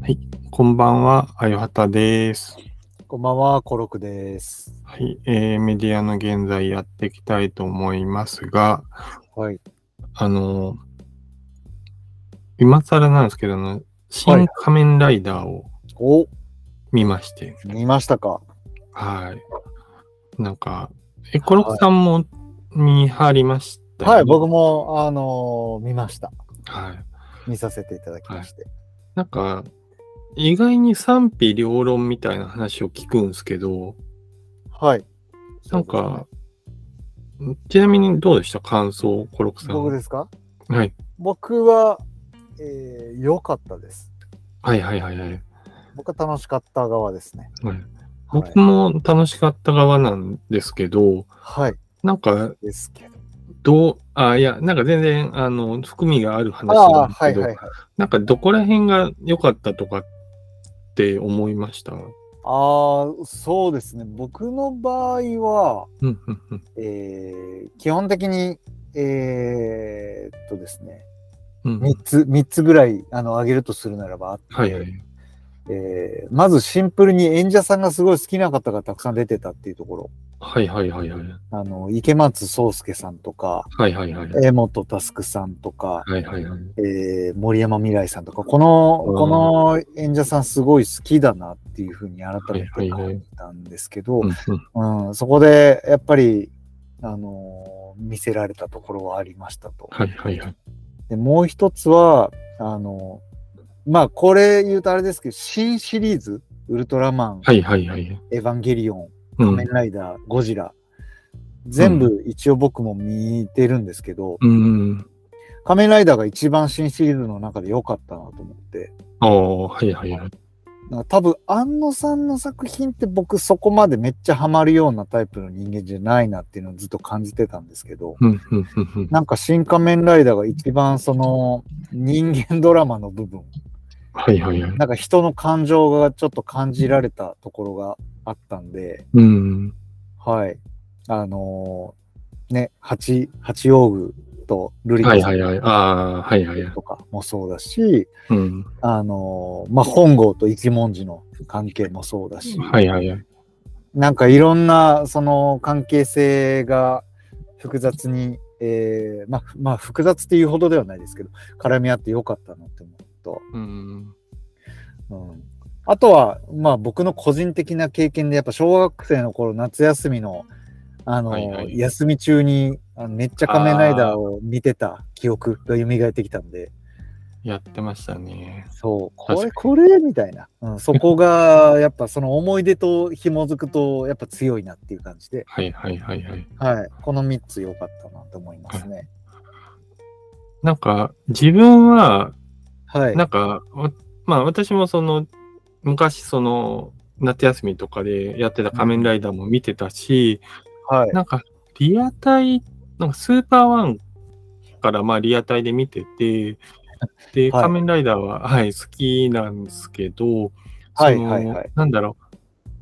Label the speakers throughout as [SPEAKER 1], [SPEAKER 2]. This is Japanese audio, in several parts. [SPEAKER 1] はい、こんばんは、あよはたです。
[SPEAKER 2] こんばんは、コロクです。
[SPEAKER 1] はい、えーメディアの現在やっていきたいと思いますが、
[SPEAKER 2] はい。
[SPEAKER 1] あのー今更なんですけど、あの、新仮面ライダーを
[SPEAKER 2] お、
[SPEAKER 1] 見まして、
[SPEAKER 2] 見ましたか
[SPEAKER 1] はい。なんか、え、コロクさんも見張りましたよね
[SPEAKER 2] はい、僕も、あのー見ました。
[SPEAKER 1] はい。
[SPEAKER 2] 見させていただきまして。
[SPEAKER 1] なんか、意外に賛否両論みたいな話を聞くんですけど、
[SPEAKER 2] はい。
[SPEAKER 1] なんか、ちなみにどうでした感想、コロクさん。
[SPEAKER 2] 僕ですか
[SPEAKER 1] はい。
[SPEAKER 2] 僕は、えー、良かったです。
[SPEAKER 1] はいはいはいはい。
[SPEAKER 2] 僕は楽しかった側ですね。
[SPEAKER 1] はい、
[SPEAKER 2] はい
[SPEAKER 1] 僕。も楽しかった側なんですけど、
[SPEAKER 2] はい。
[SPEAKER 1] なんか、
[SPEAKER 2] ですけど。
[SPEAKER 1] どう、あ、いや、なんか全然、あの、含みがある話
[SPEAKER 2] あ
[SPEAKER 1] な
[SPEAKER 2] あ
[SPEAKER 1] ん
[SPEAKER 2] ー、
[SPEAKER 1] ですけ
[SPEAKER 2] はい
[SPEAKER 1] ど、
[SPEAKER 2] はいはい。
[SPEAKER 1] なんかどこら辺が良かったとかって思いましたうん
[SPEAKER 2] ああ、そうですね。僕の場合は、
[SPEAKER 1] うんうん。
[SPEAKER 2] えー、基本的に、えー、っとですね、
[SPEAKER 1] うん
[SPEAKER 2] 三つ、三つぐらい、あの、挙げるとするならばあって、
[SPEAKER 1] はいはい。
[SPEAKER 2] えーまずシンプルに演者さんがすごい好きな方がたくさん出てたっていうところ。
[SPEAKER 1] はいはいはいはい。
[SPEAKER 2] あの、池松壮介さんとか、
[SPEAKER 1] はいはいはい。
[SPEAKER 2] 江本佑さんとか、
[SPEAKER 1] はいはいはい。
[SPEAKER 2] えー森山未来さんとか、この、
[SPEAKER 1] うん
[SPEAKER 2] この演者さんすごい好きだなっていうふうに改めて
[SPEAKER 1] はいはいは
[SPEAKER 2] 感
[SPEAKER 1] い
[SPEAKER 2] じたんですけど
[SPEAKER 1] うん、うん
[SPEAKER 2] うん、そこでやっぱり、あのー見せられたところはありましたと。
[SPEAKER 1] はいはいはい。
[SPEAKER 2] でもう一つは、あのまあ、これ言うとあれですけど、新シリーズ、ウルトラマン、
[SPEAKER 1] はいはいはい。
[SPEAKER 2] エヴァンゲリオン、
[SPEAKER 1] う
[SPEAKER 2] 仮
[SPEAKER 1] ん
[SPEAKER 2] 面。ライダー、ゴジラ、全部一応僕も見てるんですけど、
[SPEAKER 1] うん。
[SPEAKER 2] 仮面ライダーが一番新シリーズの中で良かったなと思って、
[SPEAKER 1] ああ、はいはいはい。
[SPEAKER 2] なんか多分、安野さんの作品って僕そこまでめっちゃハマるようなタイプの人間じゃないなっていうのをずっと感じてたんですけど、
[SPEAKER 1] うんうんうんうん。
[SPEAKER 2] なんか新仮面ライダーが一番その人間ドラマの部分、
[SPEAKER 1] はいはいはい。
[SPEAKER 2] なんか人の感情がちょっと感じられたところがあったんで、
[SPEAKER 1] うん。
[SPEAKER 2] はい。あのーね、八、八王具とルリカ
[SPEAKER 1] は
[SPEAKER 2] さ
[SPEAKER 1] い
[SPEAKER 2] ん
[SPEAKER 1] はいはい。ああー、はいはいはい。
[SPEAKER 2] とかもそうだし、
[SPEAKER 1] うん。
[SPEAKER 2] あのーまあ、本郷と一文字の関係もそうだし、
[SPEAKER 1] はいはいはい。
[SPEAKER 2] なんかいろんな、その関係性が複雑に、えーまあ、まあ、複雑っていうほどではないですけど、絡み合ってよかったなって思うと、
[SPEAKER 1] うん。
[SPEAKER 2] うんあとは、まあ僕の個人的な経験で、やっぱ小学生の頃、夏休みの、あの、
[SPEAKER 1] はいはい
[SPEAKER 2] 休み中に、あのめっちゃ仮面ライダーを見てた記憶が蘇ってきたんで、
[SPEAKER 1] やってましたね。
[SPEAKER 2] そ
[SPEAKER 1] 確
[SPEAKER 2] う、こ
[SPEAKER 1] かに
[SPEAKER 2] れ、これみたいな、うん、そこが、やっぱその思い出と紐づくと、やっぱ強いなっていう感じで、
[SPEAKER 1] はいはいはいはい。
[SPEAKER 2] はい、この3つ良かったなと思いますね。
[SPEAKER 1] なんか、自分は、
[SPEAKER 2] はい。
[SPEAKER 1] なんか、わまあ私もその、昔その、夏休みとかでやってた仮面ライダーも見てたし、
[SPEAKER 2] はい。
[SPEAKER 1] なんか、リアタイ、なんかスーパーワンからまあリアタイで見て て、で、
[SPEAKER 2] はい
[SPEAKER 1] 仮面ライダーは、はい、好きなんですけど、
[SPEAKER 2] はい
[SPEAKER 1] その
[SPEAKER 2] はいはい
[SPEAKER 1] なんだろ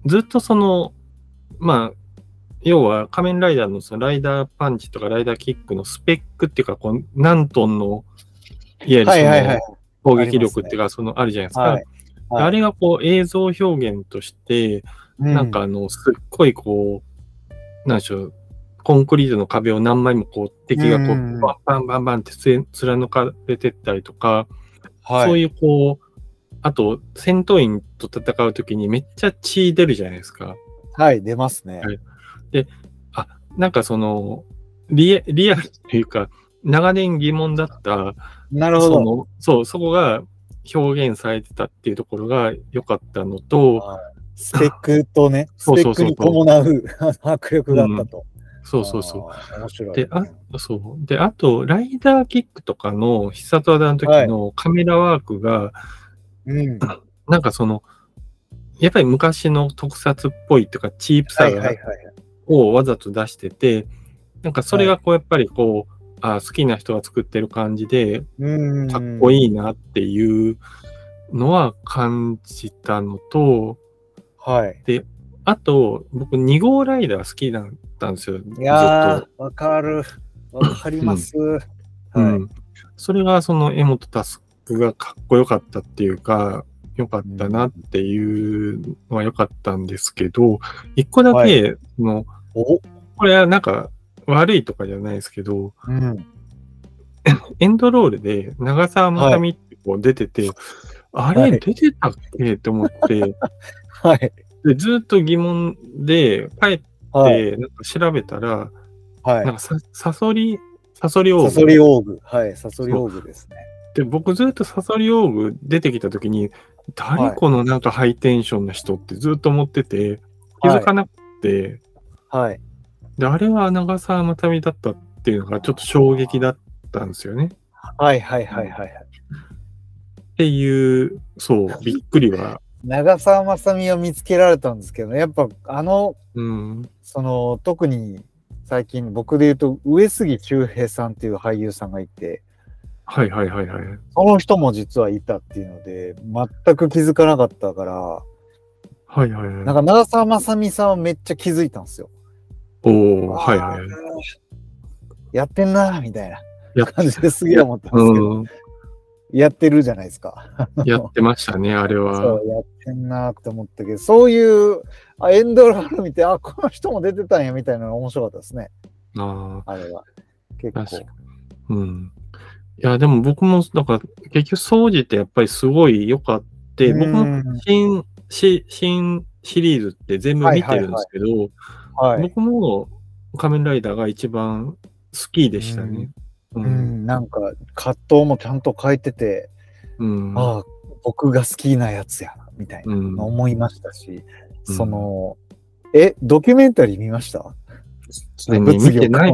[SPEAKER 1] う、ずっとその、まあ、要は仮面ライダーのそのライダーパンチとかライダーキックのスペックっていうか、こう何トンの、いわゆる
[SPEAKER 2] は
[SPEAKER 1] そ
[SPEAKER 2] いはいはい
[SPEAKER 1] の。攻撃力っていうか、そのあるじゃないですか。
[SPEAKER 2] はい。はい
[SPEAKER 1] あれがこう映像表現として、
[SPEAKER 2] う
[SPEAKER 1] なんか、あの、すっごいこう、なんでしょう、コンクリートの壁を何枚もこう敵がこ
[SPEAKER 2] う
[SPEAKER 1] うんバンバンバンバンってつえ貫かれてったりとか、
[SPEAKER 2] はい、
[SPEAKER 1] そういうこう、あと戦闘員と戦うときにめっちゃ血出るじゃないですか。
[SPEAKER 2] はい、出ますね。
[SPEAKER 1] はいなんかその、リアリアルというか、長年疑問だった、
[SPEAKER 2] なるほ
[SPEAKER 1] そ
[SPEAKER 2] ど。
[SPEAKER 1] の、そう、そこが表現されてたっていうところが良かったのと、
[SPEAKER 2] スペックとね、ス
[SPEAKER 1] そう
[SPEAKER 2] ペ
[SPEAKER 1] そう
[SPEAKER 2] ッ
[SPEAKER 1] そ
[SPEAKER 2] ク
[SPEAKER 1] うそう
[SPEAKER 2] に伴う あの迫力があったと。
[SPEAKER 1] そうそうそう。
[SPEAKER 2] あー面白い、
[SPEAKER 1] で、あ、そう。で、あと、ライダーキックとかの必殺技の時のカメラワークが、
[SPEAKER 2] うん。
[SPEAKER 1] なんかその、やっぱり昔の特撮っぽいというか、チープさ
[SPEAKER 2] はいはい
[SPEAKER 1] が
[SPEAKER 2] はい。
[SPEAKER 1] をわざと出してて、なんかそれがこう、やっぱりこう、あ好きな人が作ってる感じで、
[SPEAKER 2] うん。
[SPEAKER 1] かっこ
[SPEAKER 2] い。
[SPEAKER 1] いいなっていうのは感じたのと、
[SPEAKER 2] はい。
[SPEAKER 1] あと、僕、2号ライダー好きだったんですよ。
[SPEAKER 2] いや
[SPEAKER 1] ずっ
[SPEAKER 2] ー、わかる。わかります。
[SPEAKER 1] と。う
[SPEAKER 2] はい。
[SPEAKER 1] ん。それが、その、江本佑がかっこよかったっていうか、良かったなっていうのは良かったんですけど、一個だ
[SPEAKER 2] は
[SPEAKER 1] け、その
[SPEAKER 2] お
[SPEAKER 1] これはなんか悪いとかじゃないですけど、
[SPEAKER 2] うん。
[SPEAKER 1] エンドロールで長澤まさみってこう出てて、あ
[SPEAKER 2] は
[SPEAKER 1] れ
[SPEAKER 2] い
[SPEAKER 1] 出てたっけって思って、
[SPEAKER 2] はい。
[SPEAKER 1] でずっと疑問で帰って
[SPEAKER 2] はい。
[SPEAKER 1] なんか調べたら、
[SPEAKER 2] はい
[SPEAKER 1] なん。かさサソリ、サソリ王国
[SPEAKER 2] サソリオーグ。はい、サソリオーグですね。
[SPEAKER 1] で僕ずっとサソリオーグ出てきた時に誰
[SPEAKER 2] はい
[SPEAKER 1] このなんかハイテンションな人ってずっと思ってて気
[SPEAKER 2] はい
[SPEAKER 1] づかなくて、
[SPEAKER 2] はい。
[SPEAKER 1] であれは長澤まさみだったっていうのがちょっと衝撃だったんですよね。
[SPEAKER 2] はいはいはいはい。
[SPEAKER 1] っていう そうびっくりは。
[SPEAKER 2] 長澤まさみを見つけられたんですけど、やっぱあの、
[SPEAKER 1] うん、
[SPEAKER 2] その、特に最近僕で言うと、上杉周平さんっていう俳優さんがいて、
[SPEAKER 1] はいはいはいはい。
[SPEAKER 2] その人も実はいたっていうので、全く気づかなかったから、
[SPEAKER 1] はいはい
[SPEAKER 2] なん
[SPEAKER 1] はい。
[SPEAKER 2] か長澤まさみさんはめっちゃ気づいたんですよ。
[SPEAKER 1] おおはいはい
[SPEAKER 2] あ。ーやってんなーみたいな
[SPEAKER 1] やっ
[SPEAKER 2] 感じですげえ思ったんですけど、
[SPEAKER 1] うん、
[SPEAKER 2] やってるじゃないですか。
[SPEAKER 1] やってました ね、あれ
[SPEAKER 2] そ
[SPEAKER 1] は。
[SPEAKER 2] うやってんなーって思ったけどそういうあエンドロール見てあこの人も出てたんやみたいなのが面白かったですね
[SPEAKER 1] あ
[SPEAKER 2] あれは結
[SPEAKER 1] あ、確
[SPEAKER 2] 構
[SPEAKER 1] かに。うん。いや、でも僕も、なんか、結局、掃除ってやっぱりすごい良かった。僕も
[SPEAKER 2] うん
[SPEAKER 1] 新し新シリーズって全部見てるんですけど、
[SPEAKER 2] はい、
[SPEAKER 1] 僕も仮面ライダーが一番好きでしたね。う。
[SPEAKER 2] うんん、なんか葛藤もちゃんと書いてて、
[SPEAKER 1] うん。
[SPEAKER 2] ああ僕が好きなやつやなみたいな
[SPEAKER 1] うん
[SPEAKER 2] の思いましたし、
[SPEAKER 1] うん
[SPEAKER 2] そのえドキュメンタリー見ました
[SPEAKER 1] でね見てない、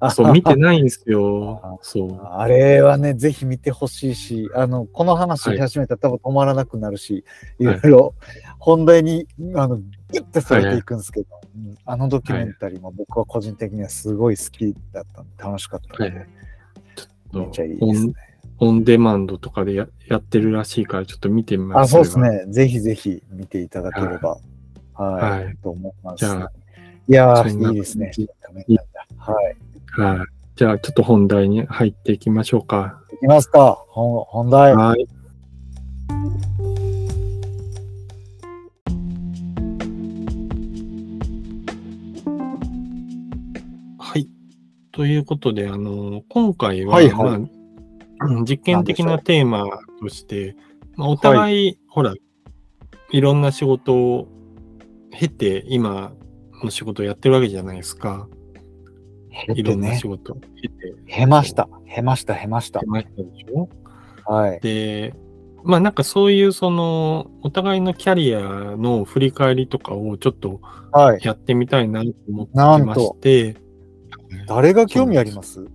[SPEAKER 2] あ
[SPEAKER 1] そう、見てないんですよ。そう。
[SPEAKER 2] あれはね、ぜひ見てほしいし、あの、この話し始めたら多分止まらなくなるし、い、
[SPEAKER 1] はい
[SPEAKER 2] ろいろ本題に、あの、ギュッてされていくんですけど、うんあのドキュメンタリーも僕は個人的にはすごい好きだったんで、楽しかったんで、
[SPEAKER 1] はい
[SPEAKER 2] めっちゃいいですね。
[SPEAKER 1] オンオンデマンドとかでややってるらしいから、ちょっと見てみま
[SPEAKER 2] あ、
[SPEAKER 1] す。
[SPEAKER 2] そうです。ね。ぜひぜひ見ていただければ、はい、
[SPEAKER 1] はい
[SPEAKER 2] と思いま
[SPEAKER 1] じ
[SPEAKER 2] す。
[SPEAKER 1] ゃあ
[SPEAKER 2] いや
[SPEAKER 1] そんな感
[SPEAKER 2] ー、いい
[SPEAKER 1] じ
[SPEAKER 2] ですね。ダメなんだはい。
[SPEAKER 1] はい。じゃあ、ちょっと本題に入っていきましょうか。
[SPEAKER 2] いきますか。本本題。
[SPEAKER 1] はい。はい。ということで、あの、今回は、
[SPEAKER 2] はい
[SPEAKER 1] まあ
[SPEAKER 2] はい
[SPEAKER 1] うん実験的な
[SPEAKER 2] なん
[SPEAKER 1] テーマとして、まあ、お互い、ほら、いろんな仕事を経て、今の仕事をやってるわけじゃないですか。
[SPEAKER 2] 減
[SPEAKER 1] い
[SPEAKER 2] っ
[SPEAKER 1] ろ
[SPEAKER 2] て
[SPEAKER 1] んな
[SPEAKER 2] ね
[SPEAKER 1] 仕。事を経て、
[SPEAKER 2] 減ました。減ました、減ました
[SPEAKER 1] き。ましたでしょ
[SPEAKER 2] はい。
[SPEAKER 1] で、まあなんかそういうその、お互いのキャリアの振り返りとかをちょっと
[SPEAKER 2] はい。
[SPEAKER 1] やってみたいなと思って
[SPEAKER 2] なん
[SPEAKER 1] まし
[SPEAKER 2] と、
[SPEAKER 1] て、
[SPEAKER 2] 誰が興味あります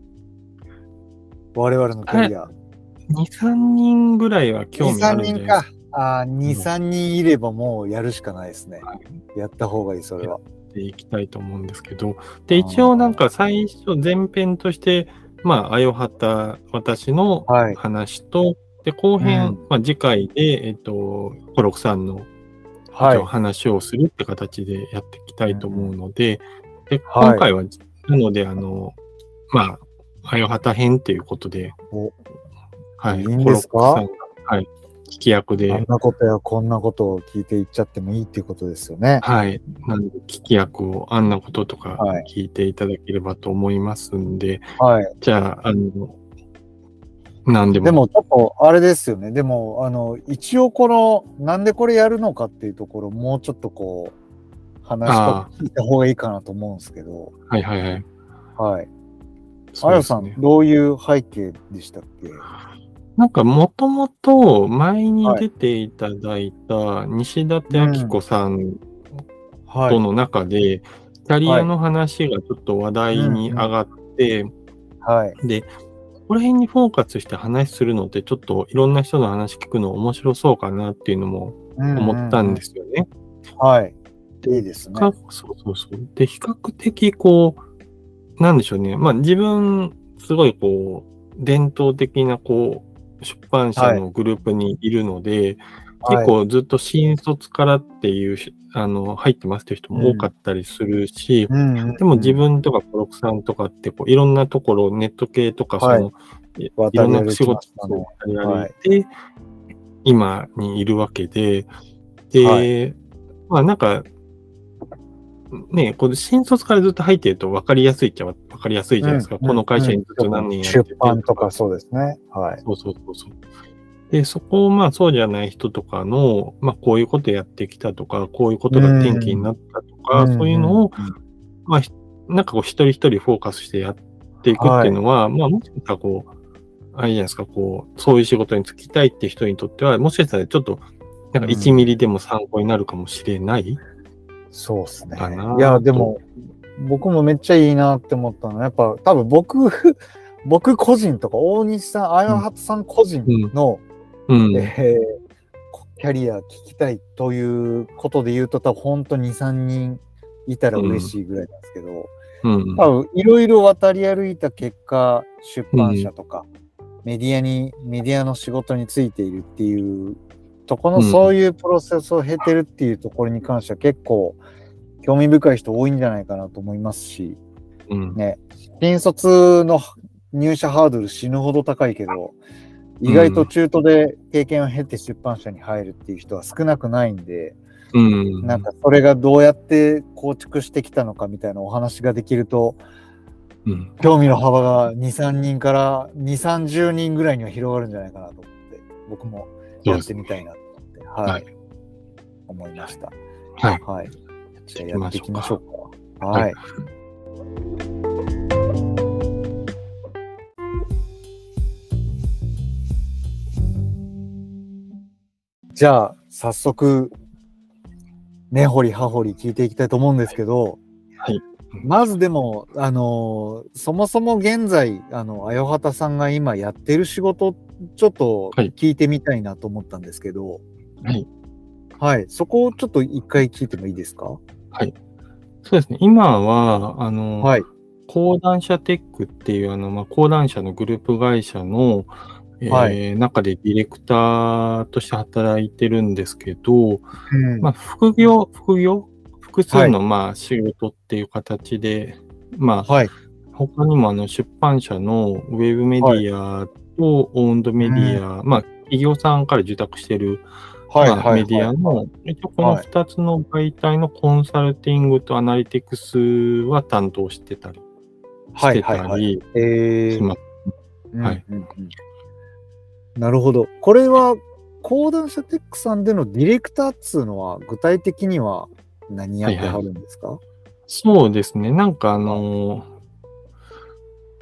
[SPEAKER 2] 我々のキャリア。
[SPEAKER 1] 2、3人ぐらいは興味あるんじゃない
[SPEAKER 2] 2、3
[SPEAKER 1] です
[SPEAKER 2] 人か
[SPEAKER 1] か。。
[SPEAKER 2] あー2、3人いればもうやるしかないですね。やった方がいい、それは。
[SPEAKER 1] っていきたいと思うんですけど、で、一応なんか最初前編として、まあ、あよはた私の
[SPEAKER 2] はい。
[SPEAKER 1] 話と、で、後編、
[SPEAKER 2] う
[SPEAKER 1] まあ次回で、えっと、コロクさんの
[SPEAKER 2] はい
[SPEAKER 1] 今日。話をするって形でやっていきたいと思うので、で
[SPEAKER 2] はい
[SPEAKER 1] 今回は、なので、あの、まあ、あよはた編っていうことで、
[SPEAKER 2] お
[SPEAKER 1] はい、
[SPEAKER 2] いいんですか
[SPEAKER 1] コロッケさんがはい、聞き役
[SPEAKER 2] あん
[SPEAKER 1] で、
[SPEAKER 2] なことやこんなことを聞いていっちゃってもいいっていうことですよね。
[SPEAKER 1] はい、なんで、聞き役を、あんなこととか
[SPEAKER 2] はい
[SPEAKER 1] 聞いていただければと思いますんで、
[SPEAKER 2] はい。
[SPEAKER 1] じゃあ、あの、何でも。
[SPEAKER 2] でも、ちょっと、あれですよね。でも、あの、一応この、なんでこれやるのかっていうところ、もうちょっとこう、話
[SPEAKER 1] あ
[SPEAKER 2] と聞いた方がいいかなと思うんですけど、
[SPEAKER 1] はいはいはい。
[SPEAKER 2] はい。
[SPEAKER 1] そ
[SPEAKER 2] あ
[SPEAKER 1] う
[SPEAKER 2] や
[SPEAKER 1] で
[SPEAKER 2] さ
[SPEAKER 1] す
[SPEAKER 2] ん
[SPEAKER 1] ね、
[SPEAKER 2] どういう背景でしたっけ
[SPEAKER 1] なんかもともと前に出ていただいた西舘明子さん
[SPEAKER 2] は
[SPEAKER 1] との中で、キャリアの話がちょっと話題に上がって、
[SPEAKER 2] はい。。
[SPEAKER 1] で、この辺にフォーカスして話するのって、ちょっといろんな人の話聞くの面白そうかなっていうのも思ったんですすよね。
[SPEAKER 2] はい。いいですね。
[SPEAKER 1] かそうそうそう。で、比較的こう、なんでしょうね。まあ自分、すごいこう、伝統的なこう、出版社のグループにいるので、
[SPEAKER 2] はい
[SPEAKER 1] 結構ずっと新卒からっていうし、あの、入ってますっていう人も多かったりするし、
[SPEAKER 2] うんうん
[SPEAKER 1] でも自分とかコロクさんとかってこういろんなところネット系とかその、
[SPEAKER 2] はい
[SPEAKER 1] い、ろんな仕事をやり
[SPEAKER 2] は
[SPEAKER 1] て、い、今にいるわけで、で、
[SPEAKER 2] は
[SPEAKER 1] まあなんか、ねこれ新卒からずっと入ってると分かりやすいっちゃ分かりやすいじゃないですか。
[SPEAKER 2] うん
[SPEAKER 1] この会社にずっと何年やってて
[SPEAKER 2] 出版とかそうですね。はい。
[SPEAKER 1] そうそうそうそう。で、そこをまあそうじゃない人とかの、まあこういうことやってきたとか、こういうことが転機になったとか、
[SPEAKER 2] ん
[SPEAKER 1] そういうのを、まあひなんかこう一人一人フォーカスしてやっていくっていうのは、まあもしかしたらこう、あれじゃないですか、こう、そういう仕事に就きたいって人にとっては、もしかしたらちょっと、なんか1ミリでも参考になるかもしれない。
[SPEAKER 2] そうですね
[SPEAKER 1] かな。
[SPEAKER 2] いや、でも、僕もめっちゃいいなって思ったのは、やっぱ多分僕、 僕個人とか、大西さん、綾畑さん個人の、
[SPEAKER 1] うん。
[SPEAKER 2] えーキャリア聞きたいということで言うと、多分本当2、3人いたら嬉しいぐらいなんですけど、
[SPEAKER 1] うん。
[SPEAKER 2] 多分いろいろ渡り歩いた結果、出版社とか、メディアに、メディアの仕事についているっていうとこの、
[SPEAKER 1] うん
[SPEAKER 2] そういうプロセスを経てるっていうところに関しては結構興味深い人多いんじゃないかなと思いますし、
[SPEAKER 1] うん。
[SPEAKER 2] ね、新卒の入社ハードル死ぬほど高いけど、意外と中途で経験を経て出版社に入るっていう人は少なくないんで、
[SPEAKER 1] うん。
[SPEAKER 2] なんかそれがどうやって構築してきたのかみたいなお話ができると、
[SPEAKER 1] うん。
[SPEAKER 2] 興味の幅が2、3人から2、30人ぐらいには広がるんじゃないかなと思って、僕も
[SPEAKER 1] そう
[SPEAKER 2] や
[SPEAKER 1] で
[SPEAKER 2] っ
[SPEAKER 1] す
[SPEAKER 2] てみたいなと思って、はい、
[SPEAKER 1] はい
[SPEAKER 2] 思いました。
[SPEAKER 1] はい。
[SPEAKER 2] はい。じゃあ
[SPEAKER 1] や
[SPEAKER 2] や
[SPEAKER 1] っ
[SPEAKER 2] ってて
[SPEAKER 1] い
[SPEAKER 2] い
[SPEAKER 1] き
[SPEAKER 2] き
[SPEAKER 1] ま
[SPEAKER 2] ま
[SPEAKER 1] し
[SPEAKER 2] し
[SPEAKER 1] ょ
[SPEAKER 2] ょうか。はい。じゃあ、早速、根掘り葉掘り聞いていきたいと思うんですけど、
[SPEAKER 1] はい
[SPEAKER 2] まずでも、あのーそもそも現在、あの、あよはたさんが今やってる仕事、ちょっと
[SPEAKER 1] はい
[SPEAKER 2] 聞いてみたいなと思ったんですけど、
[SPEAKER 1] はい。
[SPEAKER 2] はい、そこをちょっと一回聞いてもいいですか
[SPEAKER 1] そうですね。今は、あの、
[SPEAKER 2] はい。
[SPEAKER 1] 講談社テックっていう、あの、まあ、講談社のグループ会社の、えー
[SPEAKER 2] は
[SPEAKER 1] 中でディレクターとして働いてるんですけど、
[SPEAKER 2] うん
[SPEAKER 1] まあ、副業、副業、複数の、まあ、仕事っていう形で、まあ、
[SPEAKER 2] はい。
[SPEAKER 1] 他にも、あの、出版社のウェブメディアとオウンドメディア、まあ、企業さんから受託してる、
[SPEAKER 2] はい。
[SPEAKER 1] まあメディアの、一応この
[SPEAKER 2] はい
[SPEAKER 1] 2つの媒体のコンサルティングとアナリティクスは担当してたり
[SPEAKER 2] は
[SPEAKER 1] し
[SPEAKER 2] い。
[SPEAKER 1] て
[SPEAKER 2] はい。
[SPEAKER 1] た
[SPEAKER 2] はい。
[SPEAKER 1] り
[SPEAKER 2] え
[SPEAKER 1] し
[SPEAKER 2] ー
[SPEAKER 1] ます。
[SPEAKER 2] うん
[SPEAKER 1] はい
[SPEAKER 2] うんうんなるほど。これは、講談社テックさんでのディレクターっつうのは、具体的には何やってはるんですか、
[SPEAKER 1] そうですね、なんかあの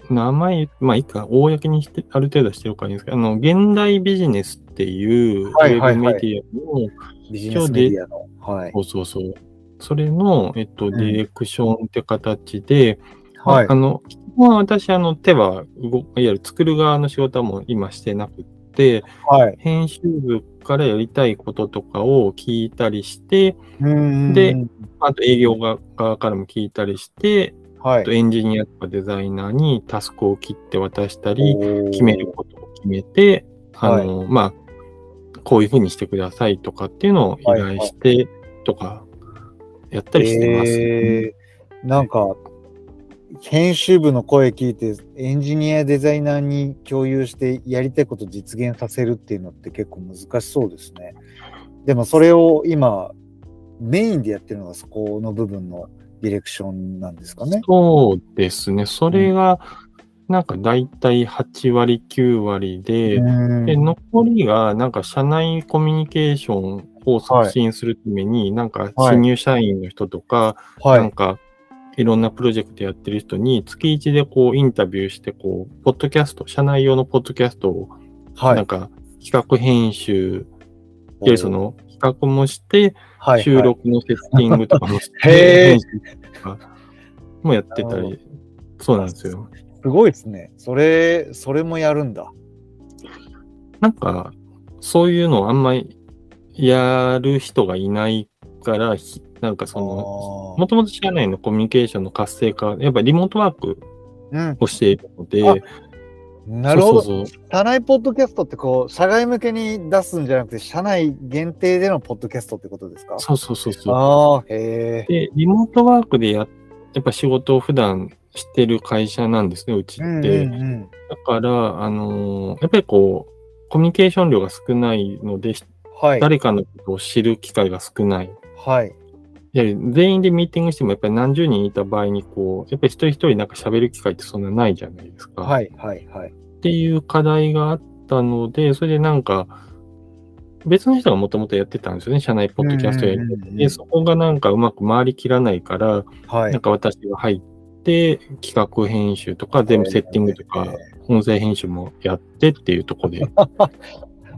[SPEAKER 1] ー名前、まあ、いいか、公にしてある程度はしてるからいいんですけど、あの、現代ビジネスっていうウ
[SPEAKER 2] はいは
[SPEAKER 1] ェ
[SPEAKER 2] い
[SPEAKER 1] ブ
[SPEAKER 2] は
[SPEAKER 1] メディ
[SPEAKER 2] い
[SPEAKER 1] アの、
[SPEAKER 2] ビジネスメディアの。はい。
[SPEAKER 1] そうそうそう、それの、えっと、
[SPEAKER 2] ん
[SPEAKER 1] ディレクションって形で、
[SPEAKER 2] はい
[SPEAKER 1] あ。の、基本は私、あの、手は動、いわゆる作る側の仕事はもう今してなくって、
[SPEAKER 2] はい。
[SPEAKER 1] 編集部からやりたいこととかを聞いたりして、
[SPEAKER 2] うん
[SPEAKER 1] で、あと営業側側からも聞いたりして、
[SPEAKER 2] は
[SPEAKER 1] あと
[SPEAKER 2] い。
[SPEAKER 1] エンジニアとかデザイナーにタスクを切って渡したり、決
[SPEAKER 2] 決
[SPEAKER 1] める。ことを決めて、あの、まあ、こういうふうにしてくださいとかっていうのを依頼してとか、やったりしてます。
[SPEAKER 2] えーなんか、編集部の声聞いて、エンジニアデザイナーに共有して、やりたいこと実現させるっていうのって結構難しそうですね。でもそれを今、メインでやってるのがそこの部分のディレクションなんですかね。
[SPEAKER 1] そうですね。それが、なんか大体8割、9割で、
[SPEAKER 2] うん
[SPEAKER 1] で、残りが、なんか社内コミュニケーションを促進するために、なんか新入社員の人とか、
[SPEAKER 2] は
[SPEAKER 1] なん
[SPEAKER 2] い。
[SPEAKER 1] かいろんなプロジェクトやってる人に、月1でこうインタビューして、こう、ポッドキャスト、社内用のポッドキャストを、
[SPEAKER 2] は
[SPEAKER 1] なん
[SPEAKER 2] い。
[SPEAKER 1] か企画編集、いわゆるその企画もして、
[SPEAKER 2] はい、
[SPEAKER 1] 収録のセッティングとかもして、
[SPEAKER 2] へー
[SPEAKER 1] 編集とかもやってた
[SPEAKER 2] なるほ
[SPEAKER 1] り、そうなんですよ。
[SPEAKER 2] はいすごいですね。それ、それもやるんだ。
[SPEAKER 1] なんか、そういうのをあんまりやる人がいないから、ひなんかその、
[SPEAKER 2] あ
[SPEAKER 1] もともと社内のコミュニケーションの活性化、やっぱりリモートワーク
[SPEAKER 2] ー
[SPEAKER 1] をしているので、
[SPEAKER 2] あうん。なるほど。
[SPEAKER 1] そうそう
[SPEAKER 2] 社内ポッドキャストってこう、社外向けに出すんじゃなくて、社内限定でのポッドキャストってことですか
[SPEAKER 1] そうそうそうそうそう。
[SPEAKER 2] ああ、へえ。
[SPEAKER 1] で、リモートワークでややっぱ仕事を普段してる会社なんですね、うちって。
[SPEAKER 2] うんうんうん。
[SPEAKER 1] だから、あのーやっぱりこう、コミュニケーション量が少ないので、
[SPEAKER 2] はい。
[SPEAKER 1] 誰かのことを知る機会が少ない。
[SPEAKER 2] はい。
[SPEAKER 1] やはり全員でミーティングしても、やっぱり何十人いた場合に、こう、やっぱり一人一人なんか喋る機会ってそんなないじゃないですか。
[SPEAKER 2] はい。はい。はい。
[SPEAKER 1] っていう課題があったので、それでなんか、別の人がもともとやってたんですよね、社内ポッドキャストやり
[SPEAKER 2] うんうんうんう
[SPEAKER 1] で、
[SPEAKER 2] ん
[SPEAKER 1] そこがなんかうまく回りきらないから、
[SPEAKER 2] は
[SPEAKER 1] なん
[SPEAKER 2] い。
[SPEAKER 1] か私が入って、企画編集とか、全部セッティングとか、音声編集もやってっていうところ で、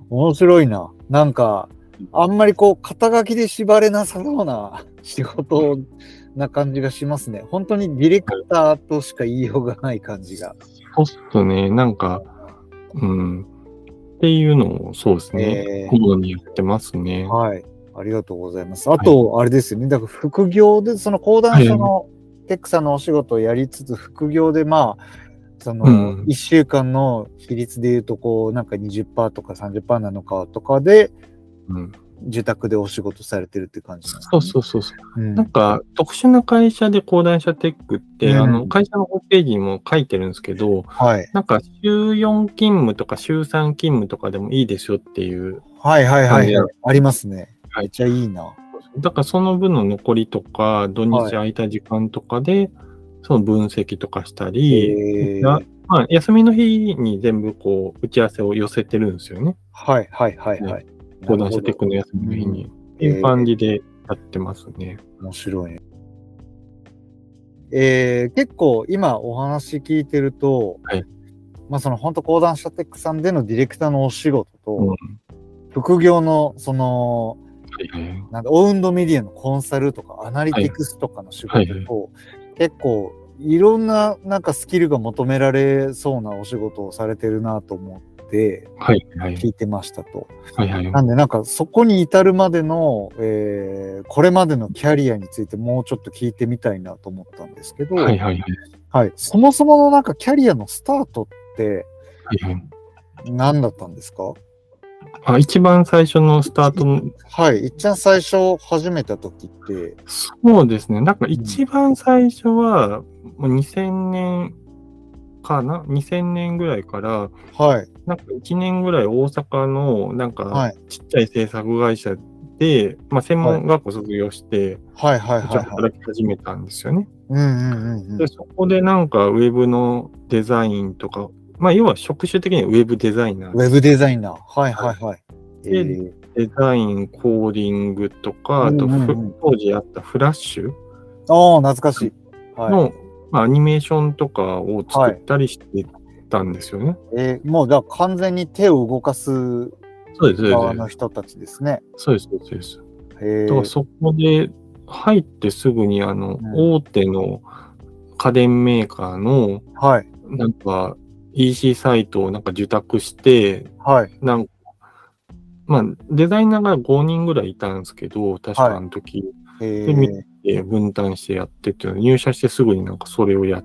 [SPEAKER 2] 面白いな。なんか、あんまりこう、肩書きで縛れなさそうな仕事な感じがしますね。本当にディレクターとしか言いようがない感じが。
[SPEAKER 1] ポストね、なんか、うん、っていうのを、そうですね、
[SPEAKER 2] え
[SPEAKER 1] 今度にやってますね
[SPEAKER 2] ー。はい。ありがとうございます。あと、あれですよね。だから副業で、その講談社のテックさんのお仕事をやりつつ、副業で、まあ、そ
[SPEAKER 1] うん
[SPEAKER 2] の、1週間の比率で言うと、こう、なんか20%とか30%なのかとかで、
[SPEAKER 1] うん、
[SPEAKER 2] 受託でお仕事されてるって感じなんですね
[SPEAKER 1] そうそうそうそう。
[SPEAKER 2] うん
[SPEAKER 1] なんか、特殊な会社で講談社テックって、
[SPEAKER 2] うん
[SPEAKER 1] あの、会社のホームページにも書いてるんですけど、
[SPEAKER 2] はい。
[SPEAKER 1] なんか、週4勤務とか週3勤務とかでもいいですよっていう、
[SPEAKER 2] はいはいは
[SPEAKER 1] 感じ
[SPEAKER 2] い
[SPEAKER 1] な
[SPEAKER 2] は
[SPEAKER 1] の
[SPEAKER 2] い。ありますね。
[SPEAKER 1] はい
[SPEAKER 2] めっちゃいいな。
[SPEAKER 1] だからその分の残りとか、土
[SPEAKER 2] は
[SPEAKER 1] 日
[SPEAKER 2] い
[SPEAKER 1] 空いた時間とかで、その分析とかした
[SPEAKER 2] え
[SPEAKER 1] り、
[SPEAKER 2] ー
[SPEAKER 1] なまあ、休みの日に全部こう、打ち合わせを寄せてるんですよね。
[SPEAKER 2] はいはいはいはい。
[SPEAKER 1] 講談社テックの
[SPEAKER 2] なる
[SPEAKER 1] 休みの日に。って
[SPEAKER 2] えー
[SPEAKER 1] いう感じでやってますね。
[SPEAKER 2] ほど面白いね。えー結構今お話聞いてると、
[SPEAKER 1] はい
[SPEAKER 2] まあその本当講談社テックさんでのディレクターのお仕事と、
[SPEAKER 1] うん
[SPEAKER 2] 副業のそ
[SPEAKER 1] は
[SPEAKER 2] の
[SPEAKER 1] いはい
[SPEAKER 2] なんだオウンドメディアのコンサルとかアナリティクスとかの仕事と、
[SPEAKER 1] はいはい
[SPEAKER 2] 結構いろんななんかスキルが求められそうなお仕事をされてるなと思って
[SPEAKER 1] はいはい
[SPEAKER 2] 聞いてましたと。
[SPEAKER 1] はいはい
[SPEAKER 2] なんでなんかそこに至るまでの、えーこれまでのキャリアについてもうちょっと聞いてみたいなと思ったんですけど、
[SPEAKER 1] はいはいはい
[SPEAKER 2] はいそもそものなんかキャリアのスタートって
[SPEAKER 1] はいはい。
[SPEAKER 2] 何だったんですか
[SPEAKER 1] あ一番最初のスタートの
[SPEAKER 2] はい、いっちゃん最初始めた時って、
[SPEAKER 1] そうですね。なんか一番最初は、もう2000年かな ?2000 年ぐらいから、
[SPEAKER 2] はい、
[SPEAKER 1] なんか1年ぐらい大阪の、なん
[SPEAKER 2] は
[SPEAKER 1] か
[SPEAKER 2] い、
[SPEAKER 1] ちっちゃい制作会社で、まあ専門学校卒業して、
[SPEAKER 2] はいはいはい
[SPEAKER 1] ちょっと
[SPEAKER 2] はい。
[SPEAKER 1] 働き始めたんですよね。
[SPEAKER 2] うんうんうんうん
[SPEAKER 1] で、そこでなんかウェブのデザインとか、まあ要は職種的にはウェブデザイナ
[SPEAKER 2] ウ
[SPEAKER 1] ー、
[SPEAKER 2] ェブデザイナー。はいはいはい。
[SPEAKER 1] で
[SPEAKER 2] えー
[SPEAKER 1] デザイン、コーディングとか、あと
[SPEAKER 2] うんうんうん
[SPEAKER 1] ふ当時あったフラッシュ
[SPEAKER 2] ああ、懐かしい。は
[SPEAKER 1] の、
[SPEAKER 2] い。
[SPEAKER 1] まあ、アニメーションとかを作ったりしてたんですよね。
[SPEAKER 2] えーもうじゃあ完全に手を動かす
[SPEAKER 1] そうです、
[SPEAKER 2] 側
[SPEAKER 1] そう
[SPEAKER 2] の
[SPEAKER 1] です。
[SPEAKER 2] 人たちですね。
[SPEAKER 1] そうです、そうです。
[SPEAKER 2] え
[SPEAKER 1] だからそこで入ってすぐにあの、
[SPEAKER 2] うん
[SPEAKER 1] 大手の家電メーカーの
[SPEAKER 2] はい。
[SPEAKER 1] なんか EC サイトをなんか受託して、
[SPEAKER 2] はい。
[SPEAKER 1] なんか、まあ、デザイナーが5人ぐらいいたんですけど、確かあの時、
[SPEAKER 2] え
[SPEAKER 1] でみ
[SPEAKER 2] ー、
[SPEAKER 1] えー分担してやってっていうの入社してすぐになんかそれをや、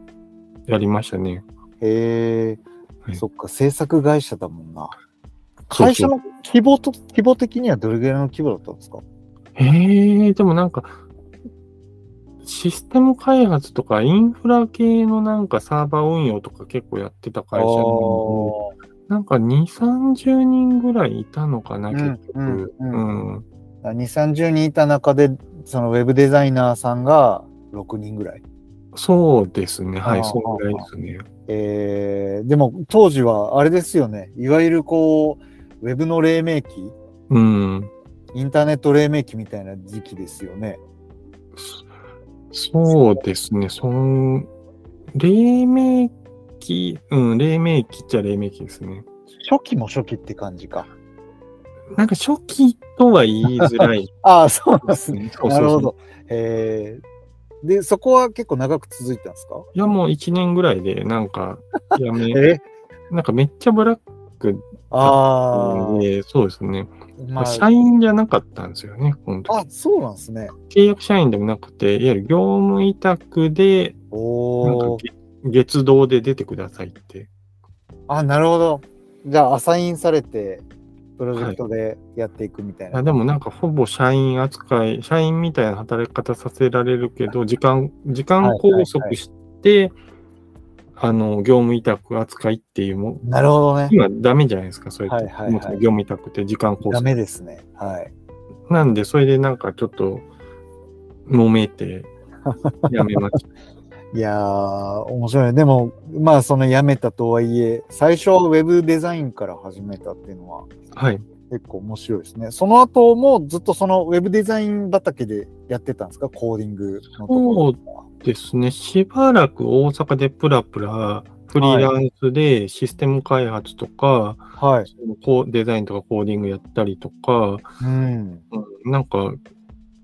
[SPEAKER 1] やりましたね。
[SPEAKER 2] えー
[SPEAKER 1] はい
[SPEAKER 2] そっか、制作会社だもんな。
[SPEAKER 1] そうそう
[SPEAKER 2] 会社の規模と、規模的にはどれぐらいの規模だったんですか
[SPEAKER 1] えー、でもなんか、システム開発とかインフラ系のなんかサーバー運用とか結構やってた会社なので、なんか2、30人ぐらいいたのかな、
[SPEAKER 2] うん
[SPEAKER 1] 結局。
[SPEAKER 2] う
[SPEAKER 1] うんん。
[SPEAKER 2] あー。2、30人いた中で、そのウェブデザイナーさんが6人ぐらい。
[SPEAKER 1] そうですね。は
[SPEAKER 2] あ
[SPEAKER 1] い、
[SPEAKER 2] ー
[SPEAKER 1] そのぐらいですね。
[SPEAKER 2] えーでも当時はあれですよね。いわゆるこう、ウェブの黎明期、
[SPEAKER 1] うん。
[SPEAKER 2] インターネット黎明期みたいな時期ですよね。
[SPEAKER 1] そそうですね、そん、黎明期、うん、黎明期っちゃ黎明期ですね。
[SPEAKER 2] 初期も初期って感じか。
[SPEAKER 1] なんか初期とは言いづらい
[SPEAKER 2] ああ、そうなんで
[SPEAKER 1] ですす
[SPEAKER 2] ね。
[SPEAKER 1] ね。そうそうそう
[SPEAKER 2] なるほ。ど。えーで、そこは結構長く続いたんですか
[SPEAKER 1] いや、もう1年ぐらいで、なんか、やめ、
[SPEAKER 2] え
[SPEAKER 1] なんかめっちゃブラック
[SPEAKER 2] あ
[SPEAKER 1] なんで、そうですね。
[SPEAKER 2] あ、ま
[SPEAKER 1] 社員じゃなかったんですよね、この
[SPEAKER 2] あ、あ
[SPEAKER 1] 時。
[SPEAKER 2] そうなんですね。
[SPEAKER 1] 契約社員でもなくて、いわゆる業務委託で、なんか
[SPEAKER 2] おお。
[SPEAKER 1] 月月堂で出てくださいって。
[SPEAKER 2] あ、なるほど。じゃあ、アサインされて、プロジェクトでやっていくみたいな。
[SPEAKER 1] あでもなんかほぼ社員扱い、社員みたいな働き方させられるけど、時間、時間拘束して、あの、業務委託扱いっていうも、
[SPEAKER 2] なるほどね。
[SPEAKER 1] 今ダメじゃないですか、それって。
[SPEAKER 2] はいはいはい
[SPEAKER 1] もちろん業務委託って時間拘
[SPEAKER 2] ダ
[SPEAKER 1] 束。
[SPEAKER 2] メですね。はい。
[SPEAKER 1] なんで、それでなんかちょっと、揉め て、やめました。
[SPEAKER 2] いやー、面白いね。でも、まあ、その辞めたとはいえ、最初はウェブデザインから始めたっていうのは
[SPEAKER 1] はい。
[SPEAKER 2] 結構面白いですね。その後もずっとそのウェブデザイン畑でやってたんですかコーディングのところ。
[SPEAKER 1] ですね、しばらく大阪でプラプラ、フリーランスでシステム開発とか、
[SPEAKER 2] はい。
[SPEAKER 1] そのこうデザインとかコーディングやったりとか、
[SPEAKER 2] うん。
[SPEAKER 1] うんなんか、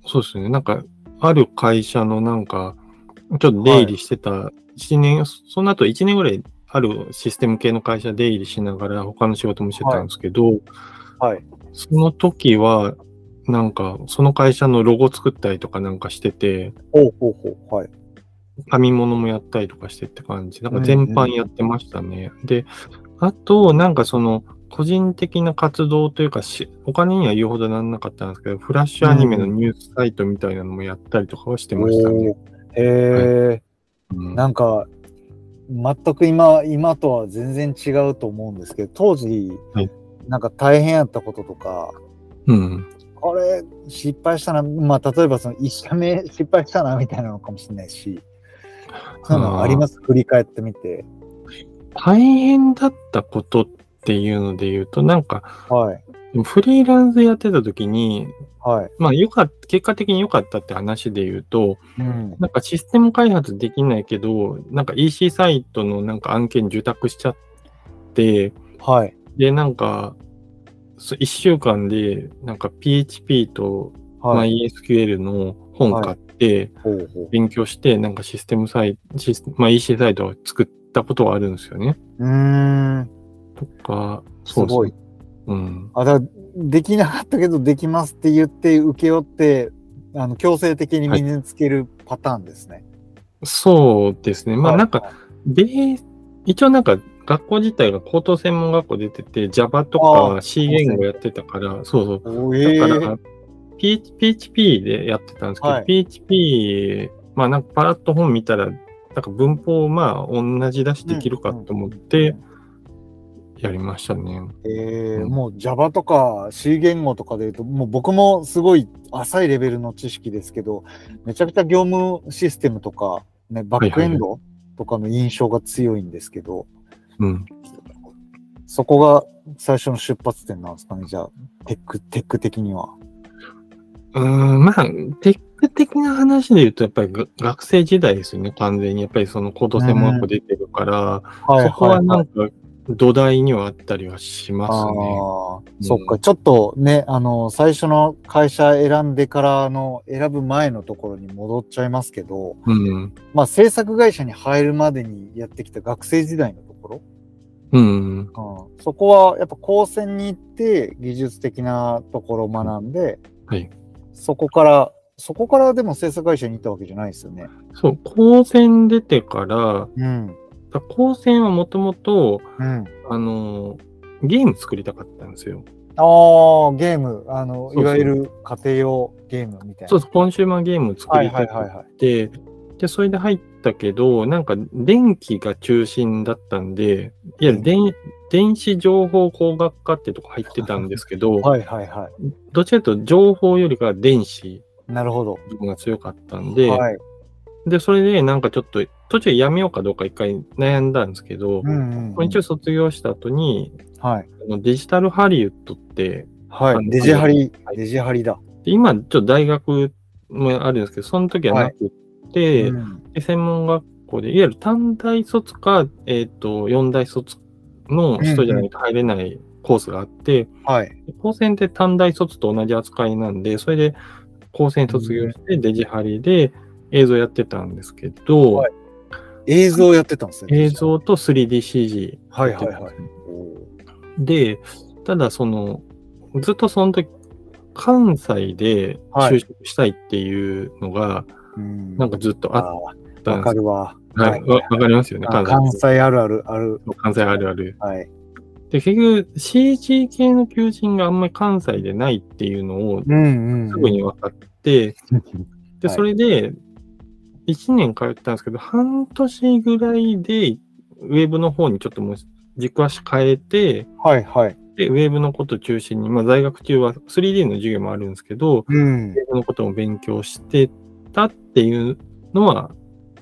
[SPEAKER 1] そうですね、なんか、ある会社のなんか、ちょっと出入りしてた、一年、その後1年ぐらい、あるシステム系の会社出入りしながら、他の仕事もしてたんですけど、
[SPEAKER 2] はい。
[SPEAKER 1] その時は、なんか、その会社のロゴ作ったりとかなんかしてて、
[SPEAKER 2] ほうほうほう。はい。
[SPEAKER 1] 紙物もやったりとかしてって感じ。なんか
[SPEAKER 2] うん
[SPEAKER 1] 全般やってましたね。で、あと、なんかその、個人的な活動というかし、お金には言うほどなんなかったんですけど、フラッシュアニメのニュースサイトみたいなのもやったりとかはしてましたね。
[SPEAKER 2] おーへ
[SPEAKER 1] う
[SPEAKER 2] ー
[SPEAKER 1] ん
[SPEAKER 2] なんか、全く今、今とは全然違うと思うんですけど、当時、
[SPEAKER 1] はい
[SPEAKER 2] なんか大変やったこととか、
[SPEAKER 1] うん。
[SPEAKER 2] これ失敗したな、まあ、例えばその一社目失敗したなみたいなのかもしれないし、そういうのあります振り返ってみて。
[SPEAKER 1] 大変だったことっていうので言うと、なんか、
[SPEAKER 2] はい。
[SPEAKER 1] フリーランスやってた時に、
[SPEAKER 2] はい。
[SPEAKER 1] まあ、よかった、結果的に良かったって話で言うと、
[SPEAKER 2] うん。
[SPEAKER 1] なんかシステム開発できないけど、なんか EC サイトのなんか案件受託しちゃって、
[SPEAKER 2] はい。
[SPEAKER 1] で、なんか、1週間で、なんか PHP と
[SPEAKER 2] はい。
[SPEAKER 1] MySQL の本買って、
[SPEAKER 2] ほうほう。
[SPEAKER 1] 勉強して、なんかシステムサイト、シスまあ、EC サイトを作ったことがあるんですよね。
[SPEAKER 2] うーん。
[SPEAKER 1] とか、
[SPEAKER 2] すごい
[SPEAKER 1] です。。うん。
[SPEAKER 2] あ、だからできなかったけど、できますって言って、請け負って、あの、強制的に身につけるパターンですね。
[SPEAKER 1] そうですね。まあ、
[SPEAKER 2] はい
[SPEAKER 1] なんか、、で、一応なんか、学校自体が高等専門学校出てて、Java と
[SPEAKER 2] あ
[SPEAKER 1] か
[SPEAKER 2] あ
[SPEAKER 1] C 言語やってたから、そうそう。
[SPEAKER 2] お
[SPEAKER 1] だ
[SPEAKER 2] ー
[SPEAKER 1] か
[SPEAKER 2] え
[SPEAKER 1] ら、PH PHP でやってたんですけど、
[SPEAKER 2] はい
[SPEAKER 1] PHP、まあなんかパラッと本見たら、なんか文法まあ同じだしできるかと思ってやりましたね。
[SPEAKER 2] えー
[SPEAKER 1] うん
[SPEAKER 2] もう Java とか C 言語とかで言うと、もう僕もすごい浅いレベルの知識ですけど、めちゃくちゃ業務システムとか、ね、バックエンドとかの印象が強いんですけど、
[SPEAKER 1] うん。
[SPEAKER 2] そこが最初の出発点なんですかね、じゃあ、テック、テック的には。
[SPEAKER 1] うーん、まあ、テック的な話で言うと、やっぱりが学生時代ですよね、完全に。やっぱりその高等専門学校出てるから、
[SPEAKER 2] は
[SPEAKER 1] そこはなん
[SPEAKER 2] か、
[SPEAKER 1] か土台にはあったりはします
[SPEAKER 2] あ
[SPEAKER 1] ね。
[SPEAKER 2] あー、
[SPEAKER 1] うん
[SPEAKER 2] そっか、ちょっとね、あの、最初の会社選んでからの、選ぶ前のところに戻っちゃいますけど、
[SPEAKER 1] うん。
[SPEAKER 2] まあ、制作会社に入るまでにやってきた学生時代のところ、
[SPEAKER 1] うん。
[SPEAKER 2] うん、そこはやっぱ高専に行って技術的なところを学んで、
[SPEAKER 1] はい
[SPEAKER 2] そこから、そこからでも制作会社に行ったわけじゃないですよね。
[SPEAKER 1] そう、高専出てから、
[SPEAKER 2] うん。
[SPEAKER 1] だ高専はもともと、
[SPEAKER 2] うん。
[SPEAKER 1] あの、ゲーム作りたかったんですよ。
[SPEAKER 2] ああ、ゲーム、あの
[SPEAKER 1] うそう
[SPEAKER 2] いわゆる家庭用ゲームみたいな。
[SPEAKER 1] そうそう、コンシューマーゲーム作
[SPEAKER 2] はい
[SPEAKER 1] り
[SPEAKER 2] は
[SPEAKER 1] た
[SPEAKER 2] いはい
[SPEAKER 1] く
[SPEAKER 2] はい。
[SPEAKER 1] て、で、それで入ったけど、なんか電気が中心だったんで、いや、
[SPEAKER 2] うん
[SPEAKER 1] 電電子情報工学科ってとこ入ってたんですけど、
[SPEAKER 2] はいはいは
[SPEAKER 1] どっちかというと情報よりかは電子
[SPEAKER 2] い。なるほど。
[SPEAKER 1] が強かったんで、
[SPEAKER 2] はい。
[SPEAKER 1] で、それでなんかちょっと途中やめようかどうか一回悩んだんですけど、
[SPEAKER 2] うんうん、うん。
[SPEAKER 1] 一応卒業した後に、
[SPEAKER 2] はい。
[SPEAKER 1] あのデジタルハリウッドって、あ
[SPEAKER 2] は
[SPEAKER 1] の
[SPEAKER 2] い。デジハリ
[SPEAKER 1] は、い
[SPEAKER 2] デジハリだ。
[SPEAKER 1] で今、ちょっと大学もあるんですけど、その時はなくって、
[SPEAKER 2] うん
[SPEAKER 1] で専門学校で、いわゆる短大卒か、えっ、と、四大卒の人じゃないと入れないコースがあって、
[SPEAKER 2] はい。
[SPEAKER 1] 高専って短大卒と同じ扱いなんで、それで高専卒業してデジハリで映像やってたんですけど、
[SPEAKER 2] はい映像やってたんですね。
[SPEAKER 1] 映。像と 3DCG
[SPEAKER 2] はいはいはい。
[SPEAKER 1] で、ただその、ずっとその時、関西で
[SPEAKER 2] はい
[SPEAKER 1] 就職したいっていうのが、
[SPEAKER 2] うん
[SPEAKER 1] なんかずっとあっ
[SPEAKER 2] あ
[SPEAKER 1] たん
[SPEAKER 2] わ
[SPEAKER 1] です
[SPEAKER 2] かるわ。
[SPEAKER 1] はい、
[SPEAKER 2] はい
[SPEAKER 1] わわかりますよね、
[SPEAKER 2] あ
[SPEAKER 1] 関
[SPEAKER 2] 関
[SPEAKER 1] 西。
[SPEAKER 2] 西あるあるある。
[SPEAKER 1] 関西あるある。
[SPEAKER 2] はい。
[SPEAKER 1] で、結局、CG 系の求人があんまり関西でないっていうのを
[SPEAKER 2] うんうん。
[SPEAKER 1] すぐに分かって、で、
[SPEAKER 2] はい
[SPEAKER 1] それで、1年通ったんですけど、半年ぐらいで、ウェブの方にちょっともう軸足変えて、
[SPEAKER 2] はいはい。
[SPEAKER 1] で、ウェブのこと中心に、まあ、在学中は 3D の授業もあるんですけど、
[SPEAKER 2] うん
[SPEAKER 1] 英。語のことも勉強してたっていうのは、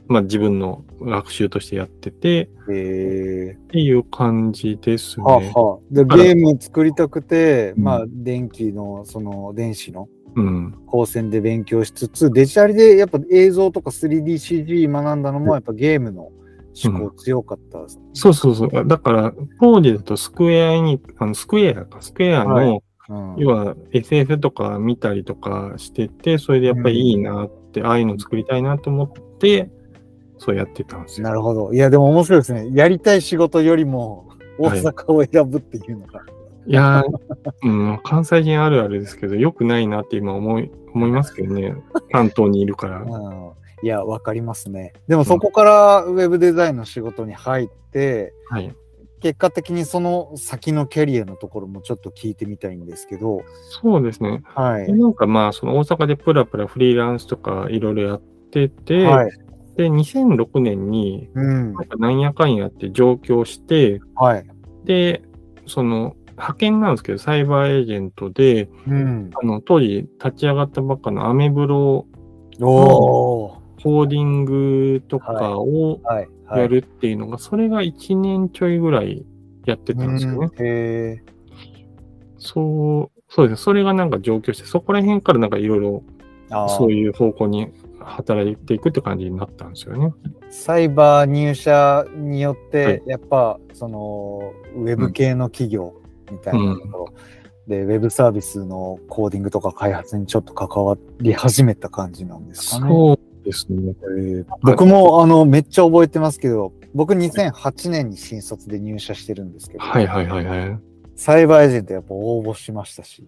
[SPEAKER 1] まあ自分の学習としてやってて
[SPEAKER 2] え
[SPEAKER 1] っていう感じです
[SPEAKER 2] ー、
[SPEAKER 1] ね。
[SPEAKER 2] はあはあ。で、
[SPEAKER 1] だから
[SPEAKER 2] ゲーム作りたくて、
[SPEAKER 1] うん
[SPEAKER 2] まあ、電気の、その、電子の
[SPEAKER 1] うん。
[SPEAKER 2] 光線で勉強しつつ、デジタルでやっぱ映像とか 3DCG 学んだのも、やっぱゲームの思考強かったですね。
[SPEAKER 1] そうそうそう。だから、当時だとスクエアに、あのスクエアか、スクエアの、
[SPEAKER 2] はいうん。
[SPEAKER 1] 要は SF とか見たりとかしてて、それでやっぱりいいなって、ああいうの作りたいなと思って、そうやってたんですよ。
[SPEAKER 2] なるほど。いや、でも面白いですね。やりたい仕事よりも、大
[SPEAKER 1] はい
[SPEAKER 2] 阪を選ぶっていうのが。
[SPEAKER 1] いやー、うん、関西人あるあるですけど、良くないなって今思い、思いますけどね。関東にいるから。
[SPEAKER 2] うんいや、わかりますね。でもそこからウェブデザインの仕事に入って、
[SPEAKER 1] はい。
[SPEAKER 2] 結果的にその先のキャリアのところもちょっと聞いてみたいんですけど、
[SPEAKER 1] そうですね。
[SPEAKER 2] はい。
[SPEAKER 1] なんかまあ、その大阪でプラプラフリーランスとかいろいろやってて、
[SPEAKER 2] はい。
[SPEAKER 1] で、2006年に、
[SPEAKER 2] うん
[SPEAKER 1] な。んかなんやかんやって上京して、
[SPEAKER 2] はい。
[SPEAKER 1] で、その、派遣なんですけど、サイバーエージェントで、
[SPEAKER 2] うん。
[SPEAKER 1] あの、当時立ち上がったばっかのアメブロ
[SPEAKER 2] おー。
[SPEAKER 1] ホールディングとかを
[SPEAKER 2] はい。はい。
[SPEAKER 1] やるっていうのが、それが1年ちょいぐらいやってたんですよね。
[SPEAKER 2] うんへー
[SPEAKER 1] そう、そうですね。それがなんか上京して、そこら辺からなんかいろいろ
[SPEAKER 2] あ
[SPEAKER 1] そう
[SPEAKER 2] ー
[SPEAKER 1] いう方向に働いていくって感じになったんですよね。
[SPEAKER 2] サイバー入社によって、
[SPEAKER 1] はい
[SPEAKER 2] やっぱそのウェブ系の企業みたいなところ、でウェブサービスのコーディングとか開発にちょっと関わり始めた感じなんですかね。
[SPEAKER 1] そうですね。
[SPEAKER 2] えー僕もあのめっちゃ覚えてますけど、僕2008年に新卒で入社してるんですけど、
[SPEAKER 1] はいはいはいはい。
[SPEAKER 2] サイバーエージェントやっぱ応募しましたし、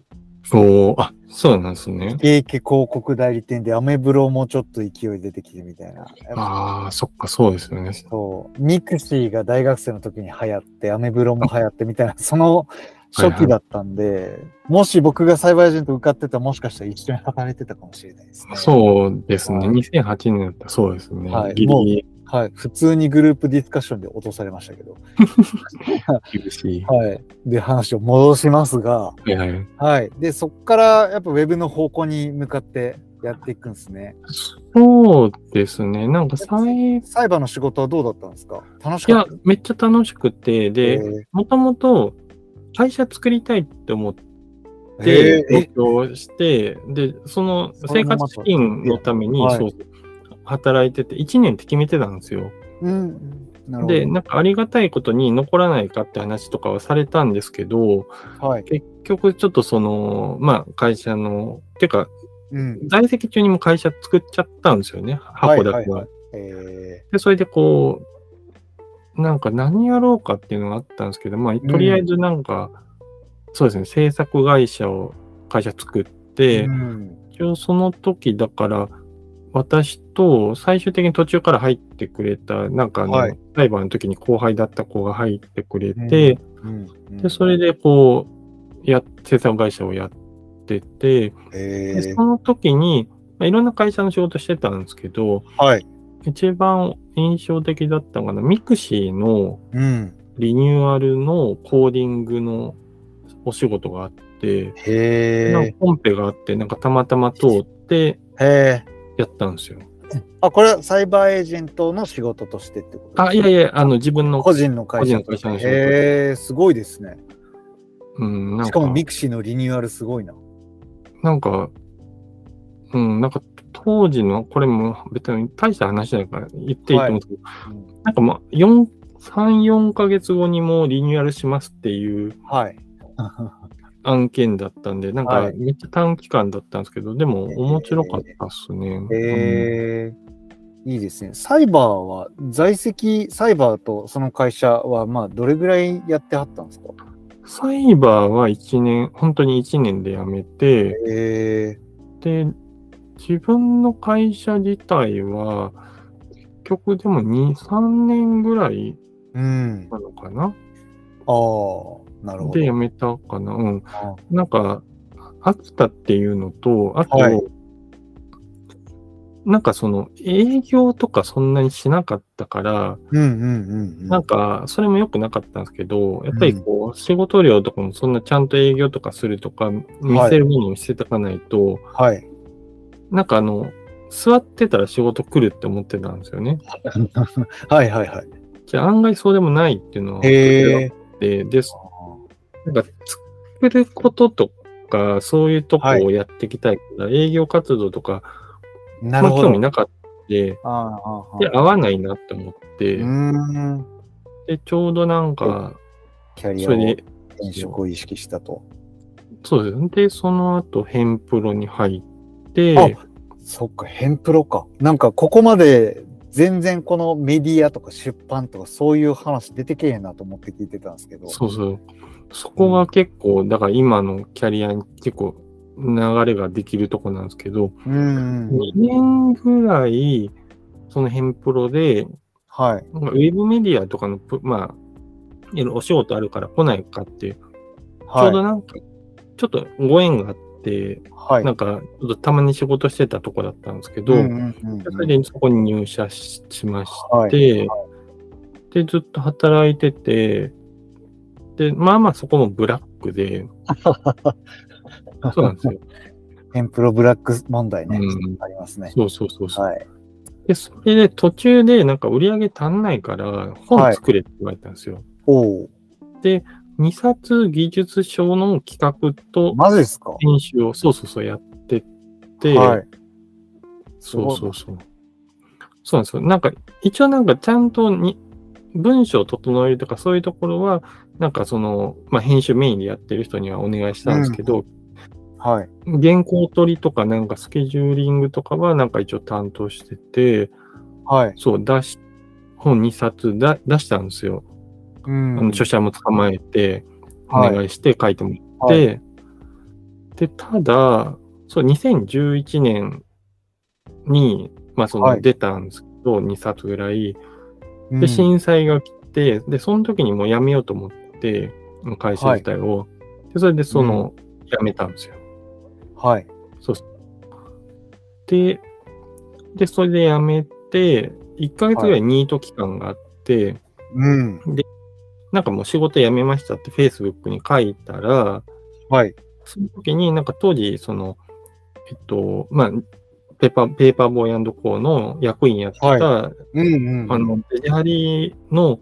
[SPEAKER 1] おおあ、そうなんですね。
[SPEAKER 2] 経営広告代理店でアメブロもちょっと勢い出てきてみたいな。
[SPEAKER 1] ああ、そっか、そうですよね。
[SPEAKER 2] そう、ミクシーが大学生の時に流行って、アメブロも流行ってみたいな、その初期だったんで、もし僕がサイバーエージェント受かってたらもしかしたら一緒に働いてたかもしれないですね。
[SPEAKER 1] そうですね。
[SPEAKER 2] はい
[SPEAKER 1] 2008年だったらそうですね。
[SPEAKER 2] はい
[SPEAKER 1] ギリギリ
[SPEAKER 2] はい。普通にグループディスカッションで落とされましたけど。
[SPEAKER 1] 厳しい。
[SPEAKER 2] はい。で、話を戻しますが、
[SPEAKER 1] はいはい。
[SPEAKER 2] はい。で、そっからやっぱウェブの方向に向かってやっていくんですね。
[SPEAKER 1] そうですね。なんか最、
[SPEAKER 2] サイバーの仕事はどうだったんですか楽し
[SPEAKER 1] い
[SPEAKER 2] か
[SPEAKER 1] や
[SPEAKER 2] っ、
[SPEAKER 1] めっちゃ楽しくて、
[SPEAKER 2] た
[SPEAKER 1] で、もともと会社作りたいって思って、
[SPEAKER 2] え
[SPEAKER 1] で、
[SPEAKER 2] ーえ
[SPEAKER 1] 上京して、で、その
[SPEAKER 2] それ
[SPEAKER 1] 生
[SPEAKER 2] もまた
[SPEAKER 1] 活資金のために、
[SPEAKER 2] はい
[SPEAKER 1] そう、働いてて、1年って決めてたんですよ。
[SPEAKER 2] うん。なるほど。
[SPEAKER 1] で、なんかありがたいことに残らないかって話とかはされたんですけど、
[SPEAKER 2] はい。
[SPEAKER 1] 結局ちょっとその、まあ会社の、てか、
[SPEAKER 2] うん。
[SPEAKER 1] 在籍中にも会社作っちゃったんですよね、箱だ
[SPEAKER 2] は
[SPEAKER 1] け
[SPEAKER 2] いはいは
[SPEAKER 1] は。
[SPEAKER 2] え
[SPEAKER 1] で、それでこう、なんか何やろうかっていうのがあったんですけど、まあ、とりあえずなんか、そうですね、制作会社を、会社作って、
[SPEAKER 2] ーうん
[SPEAKER 1] 一応その時だから、私と最終的に途中から入ってくれた、なんかあの、
[SPEAKER 2] はい
[SPEAKER 1] 裁判の時に後輩だった子が入ってくれて、
[SPEAKER 2] うんうん
[SPEAKER 1] で、それでこう、や、生産会社をやってて、
[SPEAKER 2] え
[SPEAKER 1] で
[SPEAKER 2] ー
[SPEAKER 1] その時に、まあ、いろんな会社の仕事してたんですけど、
[SPEAKER 2] はい。
[SPEAKER 1] 一番印象的だったのが、ミクシーの
[SPEAKER 2] うん。
[SPEAKER 1] リニューアルのコーディングのお仕事があって、
[SPEAKER 2] へ
[SPEAKER 1] なん
[SPEAKER 2] え
[SPEAKER 1] か。コンペがあって、なんかたまたま通って
[SPEAKER 2] へえ。
[SPEAKER 1] やったんですよ。
[SPEAKER 2] あ、これはサイバーエージェントの仕事としてってこと
[SPEAKER 1] あ、いやいや、あの、自分の、
[SPEAKER 2] 個人の会社
[SPEAKER 1] 個人の会社の仕事
[SPEAKER 2] へえ、すごいですね。
[SPEAKER 1] うん、なん
[SPEAKER 2] しか
[SPEAKER 1] か
[SPEAKER 2] も、ミクシーのリニューアルすごいな。
[SPEAKER 1] なんか、うん、なんか、当時の、これも別に大した話じゃないから言っていいと思うんですけど、
[SPEAKER 2] うん
[SPEAKER 1] なんかまあ、4、3、4ヶ月後にもうリニューアルしますっていう
[SPEAKER 2] はい。
[SPEAKER 1] 案件だったんで、なん
[SPEAKER 2] は
[SPEAKER 1] か
[SPEAKER 2] い
[SPEAKER 1] めっちゃ短期間だったんですけど、でも面白かったっすね。
[SPEAKER 2] えー、いいですね。サイバーは、在籍、サイバーとその会社は、まあ、どれぐらいやってはったんですか
[SPEAKER 1] うんサイバーは1年、本当に1年で辞めて、
[SPEAKER 2] え
[SPEAKER 1] で、自分の会社自体は、結局でも2、3年ぐらい
[SPEAKER 2] ー、うん。あ
[SPEAKER 1] なのかな
[SPEAKER 2] あー、なるほ
[SPEAKER 1] で辞
[SPEAKER 2] ど。
[SPEAKER 1] めたかな。うん。
[SPEAKER 2] あ
[SPEAKER 1] なんか、飽きたっていうのと、あと、
[SPEAKER 2] はい
[SPEAKER 1] なんかその営業とかそんなにしなかったから、
[SPEAKER 2] うんうんうんうん。
[SPEAKER 1] なんかそれも良くなかったんですけど、やっぱりこう仕事量とかもそんなちゃんと営業とかするとか、見せるものを見せておかないと、
[SPEAKER 2] はい。
[SPEAKER 1] なんかあの、座ってたら仕事来るって思ってたんですよね。
[SPEAKER 2] はいはいはい。
[SPEAKER 1] じゃあ案外そうでもないっていうのは
[SPEAKER 2] へえ。
[SPEAKER 1] で、で、なんか作ることとか、そういうとこをやっていきたいから、営業活動とか、
[SPEAKER 2] な
[SPEAKER 1] ま
[SPEAKER 2] る
[SPEAKER 1] あ
[SPEAKER 2] ほ
[SPEAKER 1] 興味
[SPEAKER 2] ど。
[SPEAKER 1] なかったんで、
[SPEAKER 2] ああああああ
[SPEAKER 1] で、合わないなって思って、
[SPEAKER 2] うーん。
[SPEAKER 1] で、ちょうどなんか、
[SPEAKER 2] キャリア
[SPEAKER 1] それ
[SPEAKER 2] を
[SPEAKER 1] で、
[SPEAKER 2] 転職を意識したと。
[SPEAKER 1] そうですね。で、その後、ヘンプロに入って、
[SPEAKER 2] あそっか、ヘンプロか。なんかここまで全然このメディアとか出版とかそういう話出てけえへんなと思って聞いてたんですけど。
[SPEAKER 1] そうそう。そこが結構、だから今のキャリアに結構流れができるとこなんですけど、
[SPEAKER 2] う。うんうん。
[SPEAKER 1] 2年ぐらい、そのヘンプロで、
[SPEAKER 2] はい。
[SPEAKER 1] なんかウェブメディアとかのプ、まあ、いろいろお仕事あるから来ないかっていう、ちょうど
[SPEAKER 2] は
[SPEAKER 1] なんか、ちょっとご縁があって、
[SPEAKER 2] い。はい。
[SPEAKER 1] なんか、ちょっとたまに仕事してたとこだったんですけど、
[SPEAKER 2] うんうんうん
[SPEAKER 1] それでそこに入社ししまし
[SPEAKER 2] はい
[SPEAKER 1] て、で、ずっと働いてて、で、まあまあそこもブラックで、そうなんですよ。
[SPEAKER 2] ヘンプロブラック問題ね。
[SPEAKER 1] うん
[SPEAKER 2] あります ね。
[SPEAKER 1] そうそうそうそう。
[SPEAKER 2] はい。
[SPEAKER 1] で、それで途中でなんか売り上げ足んないから本作れって言われたんですよ。
[SPEAKER 2] おお。
[SPEAKER 1] 2冊技術書の企画と
[SPEAKER 2] マジですか
[SPEAKER 1] 編集をそうそうそうやってって、
[SPEAKER 2] はい。
[SPEAKER 1] そうそうそう。そうなんですよ。なんか、一応なんかちゃんとに文章を整えるとかそういうところは、なんかその、まあ、編集メインでやってる人にはお願いしたんですけど、
[SPEAKER 2] はい。
[SPEAKER 1] 原稿取りとかなんかスケジューリングとかはなんか一応担当してて、
[SPEAKER 2] はい。
[SPEAKER 1] そう、出し、本2冊だ出したんですよ。
[SPEAKER 2] う
[SPEAKER 1] あ
[SPEAKER 2] ん
[SPEAKER 1] の著者も捕まえて、お
[SPEAKER 2] はい
[SPEAKER 1] 願いして書いてもらって、
[SPEAKER 2] はい
[SPEAKER 1] で、ただ、そう、2011年に、まあ、そ
[SPEAKER 2] は
[SPEAKER 1] の
[SPEAKER 2] い
[SPEAKER 1] 出たんですけど、2冊ぐらい。
[SPEAKER 2] うん
[SPEAKER 1] で、震災が来て、で、その時にもう辞めようと思って、会社自体を。で、それで、その、辞めたんですよ。
[SPEAKER 2] はい。
[SPEAKER 1] で、で、それで辞めて、1ヶ月ぐらいニート期間があって、
[SPEAKER 2] うん。
[SPEAKER 1] なんかもう仕事辞めましたって Facebook に書いたら、
[SPEAKER 2] はい。
[SPEAKER 1] その時に、なんか当時、その、えっと、まあ、ペーパー、ペーパーボーイコーの役員やってた、
[SPEAKER 2] はうんうん。
[SPEAKER 1] あの、デジハリの、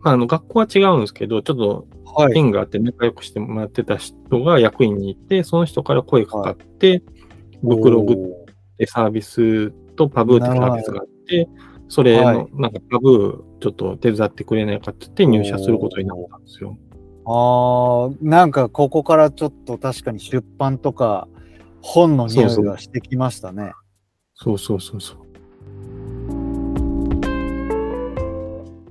[SPEAKER 1] まあ、あの、学校は違うんですけど、ちょっと
[SPEAKER 2] はい。
[SPEAKER 1] 縁があって仲良くしてもらってた人が役員に行って、その人から声かかって、ブクログっ
[SPEAKER 2] おー
[SPEAKER 1] てサービスとパブーってサービスがあって、それ
[SPEAKER 2] はい
[SPEAKER 1] の、なんかパブーちょっと手伝ってくれないかって言って入社することになったんですよ。
[SPEAKER 2] あーなんかここからちょっと確かに出版とか本の匂いがしてきましたね。
[SPEAKER 1] そうそうそうそう。